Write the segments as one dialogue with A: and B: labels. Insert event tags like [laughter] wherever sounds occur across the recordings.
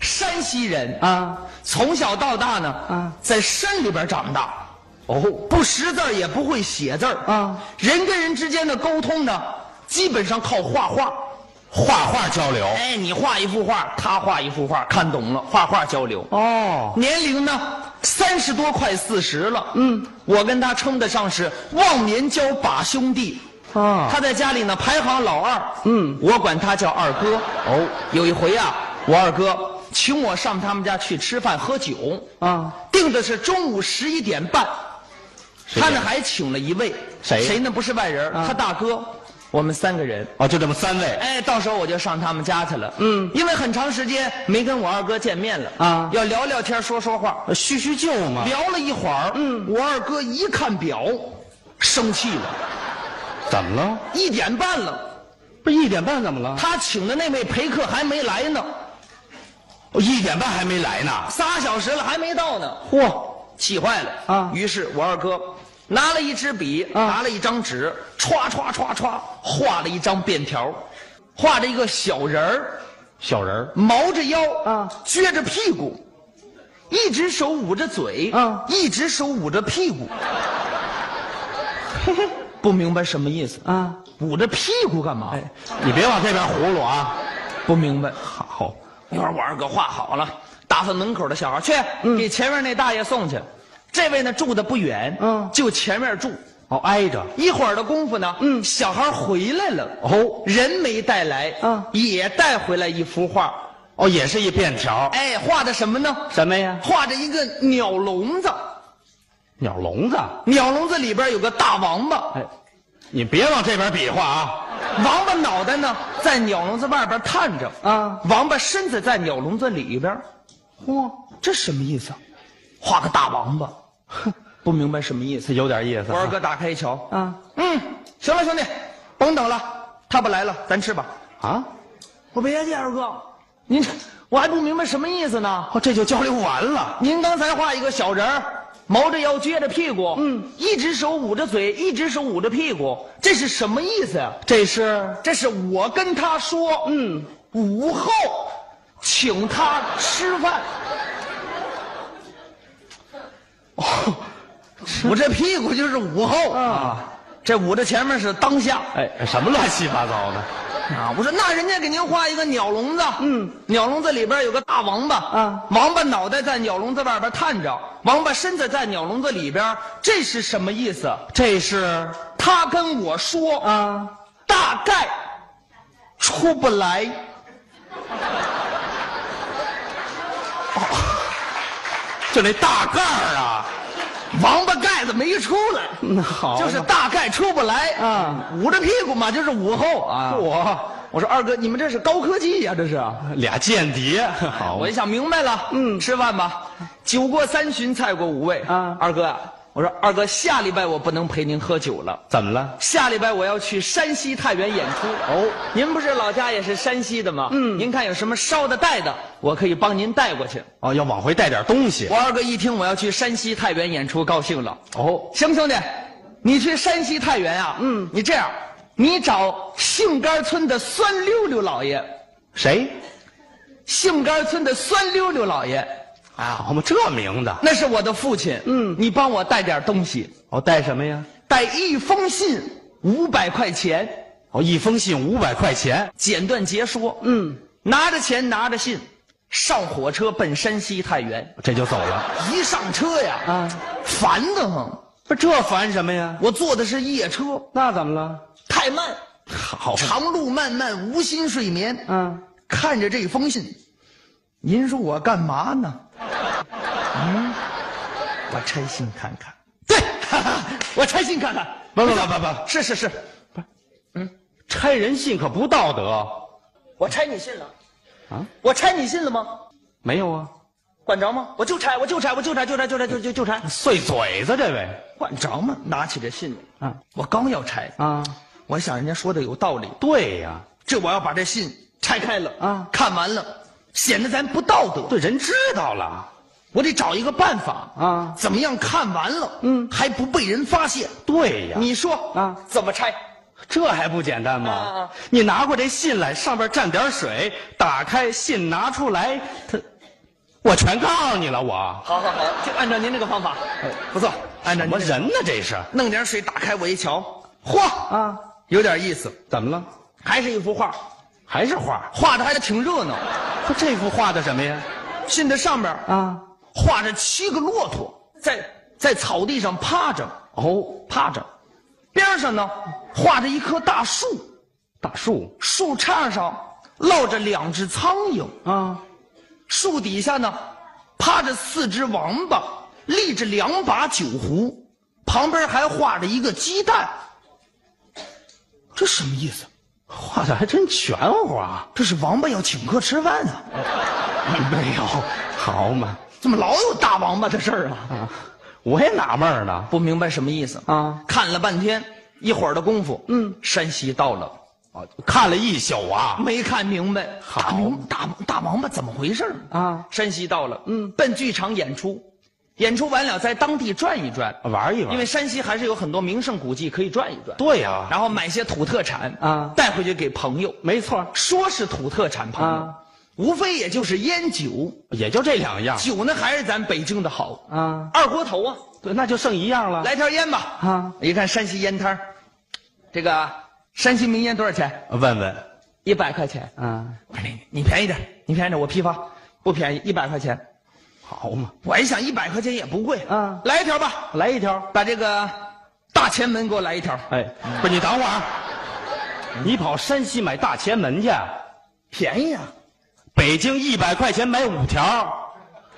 A: 山西人，
B: 啊，
A: 从小到大呢，
B: 啊
A: 在山里边长大，
B: 哦，
A: 不识字儿也不会写字儿
B: 啊，
A: 人跟人之间的沟通呢，基本上靠画画。
C: 画画交流，
A: 哎，你画一幅画，他画一幅画，看懂了，画画交流。
B: 哦，
A: 年龄呢，三十多快四十了。嗯，我跟他称得上是忘年交把兄弟。
B: 啊，
A: 他在家里呢排行老二。
B: 嗯，
A: 我管他叫二哥。
B: 哦，
A: 有一回啊，我二哥请我上他们家去吃饭喝酒，
B: 啊，
A: 定的是中午十一点半。他呢还请了一位
C: 谁
A: 谁呢？不是外人，他大哥。我们三个人。
C: 哦，就这么三位，
A: 哎，到时候我就上他们家去了。
B: 嗯，
A: 因为很长时间没跟我二哥见面了
B: 啊
A: 要聊聊天说说话。
B: 叙叙旧嘛，
A: 聊了一会儿，啊嗯，我二哥一看表，生气了，
C: 怎么了？
A: 一点半了，
B: 不是一点半怎么了？
A: 他请的那位陪客还没来呢，
C: 我哦一点半还没来呢，
A: 仨小时了还没到呢，
B: 嚯，
A: 气坏了
B: 啊
A: 于是我二哥拿了一支笔，
B: 啊
A: 拿了一张纸，歘歘歘歘画了一张便条，画着一个小人儿，
C: 小人儿，
A: 毛着腰
B: 啊
A: 撅着屁股，一只手捂着嘴
B: 啊
A: 一只手捂着屁
C: [laughs]
A: 股，不明白什么意思
B: 啊，
A: 捂着屁股干嘛？
C: 你别往这边葫芦啊！
A: 不明白。
C: 好，
A: 一会儿我二哥画好了，打发门口的小孩去、给前面那大爷送去。这位呢住的不远，
B: 嗯
A: 就前面住。
C: 哦，挨着，
A: 一会儿的功夫呢，嗯，小孩回来了，
C: 哦
A: 人没带来，
B: 嗯
A: 也带回来一幅画。
C: 哦，也是一便条，
A: 哎，画的什么呢？
B: 什么呀？
A: 画着一个鸟笼子，
C: 鸟笼子。
A: 鸟笼子里边有个大王八，
B: 哎，
C: 你别往这边比划啊！
A: 王八脑袋呢在鸟笼子外边探着，
B: 啊
A: 王八身子在鸟笼子里边，
B: 嚯，
A: 这什么意思啊？画个大王八，哼，不明白什么意思。
C: 这有点意思
A: 我二
C: 啊。
A: 哥打开一瞧，
B: 啊
A: 嗯，行了，兄弟，甭等了，他不来了，咱吃吧。
C: 啊，
A: 我别介，二哥，您这我还不明白什么意思呢。
C: 哦，这就交流完了。
A: 您刚才画一个小人儿，毛着腰，撅着屁股，嗯，一只手捂着嘴，一只手捂着屁股，这是什么意思呀、啊
B: 这是
A: 这是我跟他说，嗯，午后请他吃饭。哦，我这屁股就是午后啊，这捂着前面是当下
C: 哎，什么乱七八糟的？
A: 啊。我说那人家给您画一个鸟笼子，嗯，鸟笼子里边有个大王八，
B: 啊
A: 王八脑袋在鸟笼子外边探着，王八身子在鸟笼子里边，这是什么意思？
B: 这是
A: 他跟我说，
B: 啊，
A: 大概出不来。
C: 就那大盖儿啊，
A: 王八盖子没出来，
B: 嗯好
A: 就是大概出不来
B: 啊，
A: 捂着屁股嘛，就是午后啊。
C: 我
A: 我说二哥，你们这是高科技呀、这是。啊
C: 俩间
B: [laughs]
C: 谍。好
A: 我一想明白了，嗯，吃饭吧，酒过三巡，菜过五味
B: 啊
A: 二哥啊，我说二哥，下礼拜我不能陪您喝酒了，
C: 怎么了？
A: 下礼拜我要去山西太原演出。
C: 哦，
A: 您不是老家也是山西的吗？嗯，您看有什么捎的带的，我可以帮您带过去。
C: 哦，要往回带点东
B: 哦
C: 西。
A: 我二哥一听我要去山西太原演出，高兴了。
C: 哦，
A: 行，兄弟，你去山西太原啊？嗯，你这样，你找杏干村的酸溜溜老爷，
C: 谁？
A: 杏干村的酸溜溜老爷，
C: 啊，我们这名字。
A: 那是我的父亲。嗯，你帮我带点东西，
C: 哦，带什么呀？
A: 带一封信，五百块钱，
C: 哦，一封信五百块钱。
A: 简短截说。
B: 嗯，
A: 拿着钱，拿着信，上火车奔山西太原。
C: 这就走了。
A: 一上车呀，
B: 啊，
A: 烦得很。
B: 不是这烦什么呀？
A: 我坐的是夜车，
B: 那怎么了？
A: 太慢，
C: 好
A: 长路漫漫，无心睡眠。
B: 啊，
A: 看着这封信，您说我干嘛呢？嗯，我拆信看看。对， [laughs] 哈哈我拆信看看。
C: 不不不不不，
A: 是是嗯是，
C: 拆人信可不道德。
A: 我拆你信了。
C: 啊，
A: 我拆你信了吗？
C: 没有啊，
A: 管着吗？我就拆，我就拆，我就拆，就拆，就拆，就就就拆。
C: 碎嘴子这位。
A: 管着吗？拿起这信来，
B: 啊
A: 我刚要拆，
B: 啊
A: 我想人家说的有道理，
C: 对呀、
A: 这我要把这信拆开了
B: 啊
A: 看完了，显得咱不道德。
C: 对，人知道了。
A: 我得找一个办法
B: 啊
A: 怎么样看完了，嗯，还不被人发现？
C: 对呀、
A: 你说
B: 啊
A: 怎么拆？
C: 这还不简单吗？
A: 啊啊
C: 你拿过这信来，上边蘸点水，打开信拿出来，它我全告诉你了，我
A: 好好好，就按照您这个方法，
B: 哎
A: 不错。按照
C: 什
A: 您
C: 么
A: 这个
C: 人呢？这是
A: 弄点水打开，我一瞧，嚯
B: 啊，
A: 有点意思，
C: 怎么了？
A: 还是一幅画，
C: 还是画？
A: 画的还挺热闹。
C: 可这幅画的什么呀？
A: 信的上边
B: 啊，
A: 画着七个骆驼在在草地上趴着，
C: 哦，
A: 趴着，边上呢画着一棵大树，
C: 大树
A: 树杈上落着两只苍蝇，
C: [laughs]
B: 啊，
A: 树底下呢趴着四只王八，立着两把酒壶，旁边还画着一个鸡蛋。这什么意思？
C: 画的还真全乎啊！
A: 这是王八要请客吃饭啊！ [laughs]
C: 没有，好嘛
A: 怎么老有大王八的事儿啊？
C: 啊！我也纳闷儿呢。
A: 不明白什么意思
B: 啊？
A: 看了半天，一会儿的功夫，嗯，山西到了，
C: 哦看了一宿啊，
A: 没看明白，
C: 好
A: 大王大大王八怎么回事儿
B: 啊？
A: 山西到了，嗯，奔剧场演出，演出完了在当地转一转，
C: 玩一玩。
A: 因为山西还是有很多名胜古迹可以转一转，
C: 对呀、
A: 然后买些土特产
B: 啊
A: 带回去给朋友，
C: 没错儿，
A: 说是土特产，朋友
B: 啊，
A: 无非也就是烟酒，
C: 也就这两样。
A: 酒呢还是咱北京的好，
B: 啊，
A: 二锅头啊，
C: 对，那就剩一样了。，
A: 来条烟吧。
B: 啊，
A: 一看山西烟摊儿这个山西名烟多少钱？
C: 问问，
A: 一百块钱。
B: 啊，
A: 我说你你便宜点，你便宜点，我批发，不便宜，一百块钱。
C: 好嘛，
A: 我一想，一百块钱也不贵，
B: 啊
A: 来一条吧，
C: 来一条。
A: 把这个大前门给我来一条，
C: 哎，不是你等会儿，啊你跑山西买大前门去，
A: 便宜啊，
C: 北京一百块钱买五条，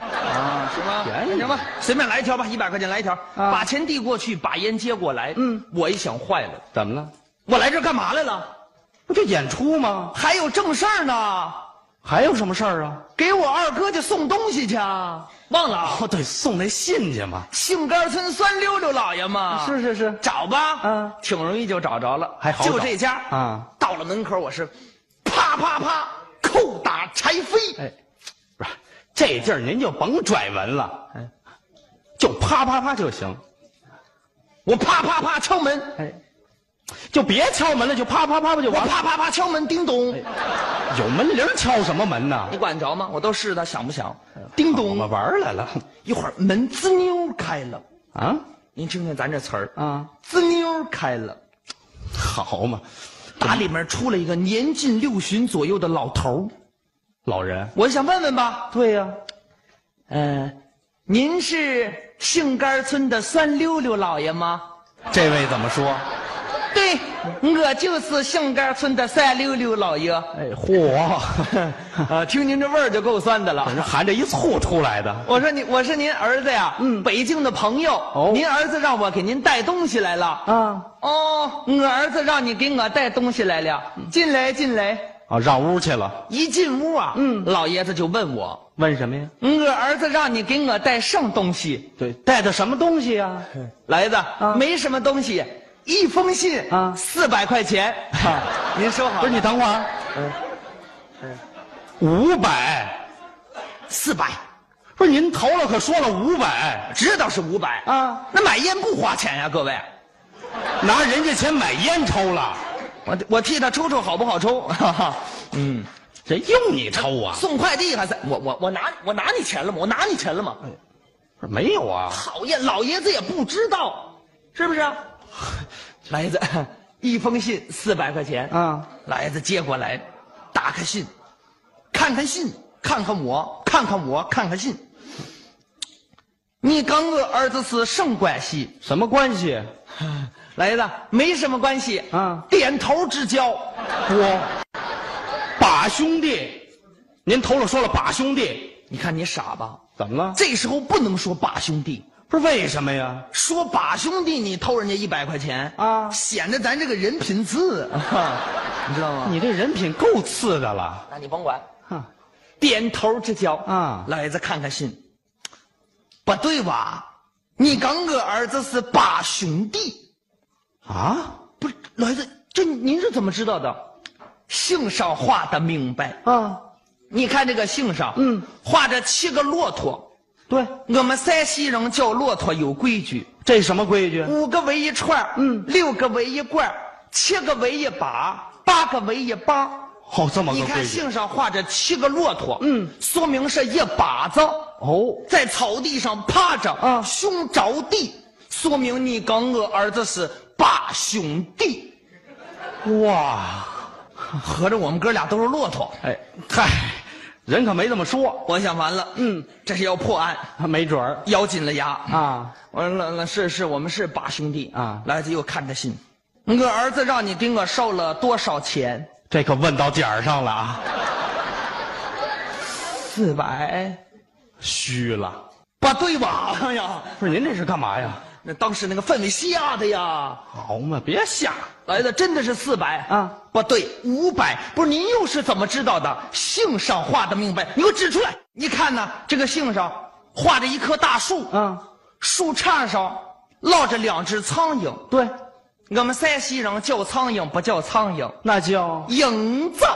A: 啊，行吧，
C: 便宜
A: 行吧，随便来一条吧，一百块钱来一条，
B: 啊
A: 把钱递过去，把烟接过来。
B: 嗯，
A: 我一想坏了，
C: 怎么了？
A: 我来这儿干嘛来了？
C: 不就演出吗？
A: 还有正事儿呢，
C: 还有什么事儿啊？
A: 给我二哥去送东西去啊，忘了啊。
C: 哦，对，送那信去嘛，
A: 杏干村酸溜溜老爷嘛，
B: 是是是
A: 找吧，
B: 嗯
A: 挺容易就找着了，
C: 还好找
A: 就这家
B: 啊。
A: 到了门口，我是啪啪啪扣打柴飞，
B: 哎，
C: 不是这地儿您就甭拽文了，
B: 哎，
C: 就啪啪啪就行，
A: 我啪啪啪敲门，
B: 哎，
C: 就别敲门了，就啪啪啪吧就
A: 我
C: 完了。
A: 啪啪啪敲门，叮咚，
C: 有门铃儿敲什么门呢
A: 哎你？管着吗？我都试他响不响，叮
C: 我们
A: 咚，
C: 玩儿来了
A: 一会儿门滋溜开了，
C: 啊，
A: 您听听咱这词儿，
B: 啊，
A: 滋溜开了，
C: 好嘛，
A: 打里面出了一个年近六旬左右的老头儿
C: 老人
A: 我想问问吧，
B: 对呀、
A: 呃，您是杏干村的酸溜溜老爷吗？
C: 这位怎么说？
A: 对，我就是杏干村的酸溜溜老爷。 [laughs]
C: 哎， [laughs] 嚯，
A: 啊，听您这味儿就够酸的了
C: 反。正含着一醋出来的。
A: 我说你，我是您儿子呀，嗯，北京的朋友。
C: 哦
A: 您儿子让我给您带东西来了。
B: 啊，
A: 哦，我儿子让你给我带东西来了。
B: 嗯
A: 进来，进来。
C: 啊，让屋去了。
A: 一进屋啊，
B: 嗯
A: 老爷子就问我，
B: 问什么呀？
A: 我儿子让你给我带什么东西？
C: 对，
B: 带的什么东西啊
A: [laughs]
B: 呀、
A: 老爷子，没什么东西，一封信
B: 啊
A: 四百块钱。
B: 啊
A: [laughs] 您收好
C: 不是
A: 了，
C: 你等会儿，五百，
A: 四百，
C: 不是您头了可说了五百，
A: 知道是五百
B: 啊？
A: 那买烟不花钱呀，各位。
C: 拿人家钱买烟抽了，
A: 我我替他抽抽好不好抽？ [laughs] 哈哈，嗯，
C: 人用你抽啊？
A: 送快递还是我我我拿我拿你钱了吗？我拿你钱了吗？
C: 不是没有啊，
A: 讨厌，老爷子也不知道，是不是？啊 [laughs] 老爷子，一封信四百块钱
B: 啊，
A: 老爷子接过来，打开信，看看信，看看我，看看我，看看信。你跟我儿子是什么关系？
C: 什么关系？
A: 老爷子没什么关系
B: 啊
A: 点头之交。
C: 我把兄弟，您头了说了把兄弟，
A: 你看你傻吧？
C: 怎么了？
A: 这时候不能说把兄弟，
C: 不是为什么呀？
A: 说把兄弟，你偷人家一百块钱
B: 啊
A: 显得咱这个人品次，啊你知道吗？
C: 你这人品够次的了。
A: 那你甭管，
B: 哈、
A: 点头之交
B: 啊
A: 老爷子看看信，不对吧？你跟我儿子是把兄弟，
C: 啊，
A: 不是老爷子，这您是怎么知道的？信上画的明白，
B: 啊，
A: 你看这个信上，
B: 嗯，
A: 画着七个骆驼，
B: 对，
A: 我们山西人叫骆驼有规矩。
B: 这什么规矩？
A: 五个为一串儿
B: 嗯
A: 六个为一罐儿七个为一把，八个为一帮。
C: 哦，这么
A: 你
C: 个
A: 看
C: 规矩。
A: 姓上画着七个骆驼，
B: 嗯，
A: 说明是一把子，
B: 哦，
A: 在草地上趴着，
B: 啊
A: 胸着地，说明你跟我儿子是把兄弟。
C: 哇，
A: 合着我们哥俩都是骆驼，
C: 哎，嗨，人可没这么说，
A: 我想完了，
B: 嗯，
A: 这是要破案，
B: 没准儿
A: 咬紧了牙。
B: 啊，
A: 我说那那是是，我们是把兄弟
B: 啊
A: 来就又看着信，你个儿子让你给我收了多少钱？
C: 这可问到点儿上了啊，
A: 四百，
C: 虚了。
A: 不对吧？哎呀，
C: 不是您这是干嘛呀？
A: 那当时那个氛围吓的呀，
C: 好嘛，别瞎，
A: 来的真的是四百
B: 啊？
A: 不对，五百。不是您又是怎么知道的？姓上画的明白，你给我指出来。你看呐，这个姓上画着一棵大树，
B: 啊，
A: 树杈上落着两只苍蝇。
B: 对，
A: 我们山西人叫苍蝇不叫苍蝇，
B: 那叫
A: 蝇子，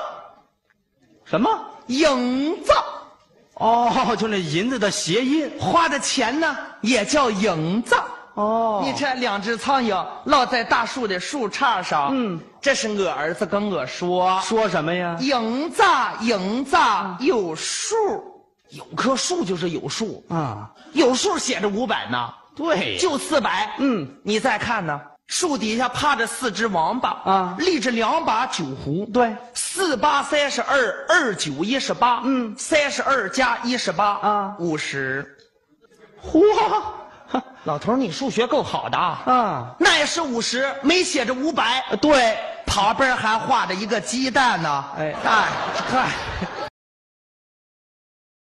B: 什么？
A: 蝇子。
C: 哦，就那银子的谐音。
A: 花的钱呢也叫蝇子。
B: 哦
A: 你这两只苍蝇落在大树的树杈上，
B: 嗯，
A: 这是我儿子跟我说，
B: 说嗯什么呀？
A: 蝇子蝇子有数，有棵树就是有数，
B: 啊，
A: 有数写着五百呢，
C: 对就
A: 就四百，
B: 嗯，
A: 你再看呢，树底下趴着四只王八，
B: 啊
A: 立着两把酒壶，
B: 对，
A: 四八三十二，二九一十八，
B: 嗯
A: 三十二加一十八
B: 啊
A: 五十。
B: 嚯，
A: 老头儿，你数学够好的啊！
B: 啊，
A: 那也是五十，没写着五百，
B: 对，
A: 旁边还画着一个鸡蛋呢。
B: 哎
A: 哎，嗨，